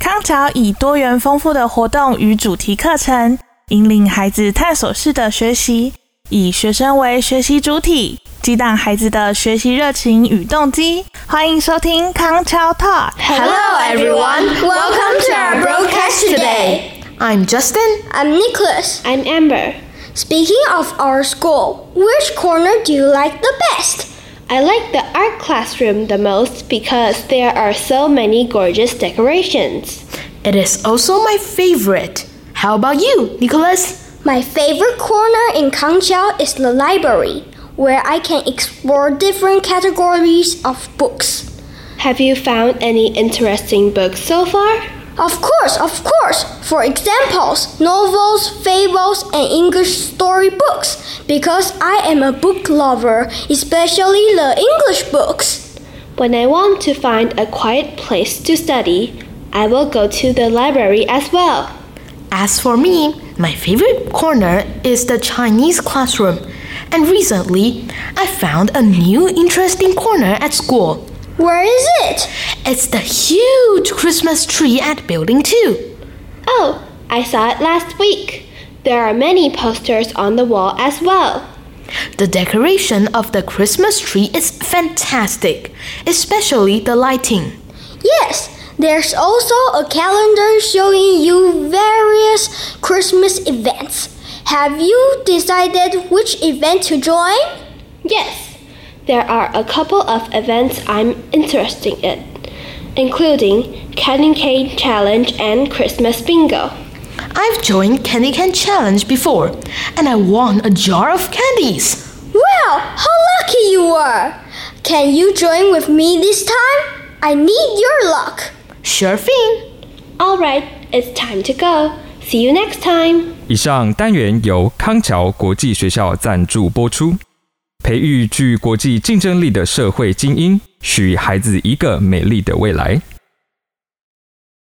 张潮以多元丰富的活动与主题课程，引领孩子探索式的学习，以学生为学习主体，激荡孩子的学习热情与动机。欢迎收听康桥 Talk。 Hello, everyone. Welcome to our broadcast today. I'm Justin. I'm Nicholas. I'm Amber. Speaking of our school, which corner do you like the best? I like the art classroom the most because there are so many gorgeous decorations. It is also my favorite. How about you, Nicholas? My favorite corner in Kangxiao is the library, where I can explore different categories of books. Have you found any interesting books so far? Of course, of course. For examples, novels, fables, and English storybooks, because I am a book lover, especially the English books. When I want to find a quiet place to study, I will go to the library as well. As for me, my favorite corner is the Chinese classroom. And recently, I found a new interesting corner at school. Where is it? It's the huge Christmas tree at Building 2. Oh, I saw it last week. There are many posters on the wall as well. The decoration of the Christmas tree is fantastic, especially the lighting. Yes, there's also a calendar showing you various Christmas events. Have you decided which event to join? Yes, there are a couple of events I'm interested in, including Candy Cane Challenge and Christmas Bingo. I've joined Candy Can Challenge before, and I won a jar of candies. Well, how lucky you were! Can you join with me this time? I need your luck. Sure thing. All right, it's time to go. See you next time. 以上单元由康桥国际学校赞助播出，培育具国际竞争力的社会精英，许孩子一个美丽的未来。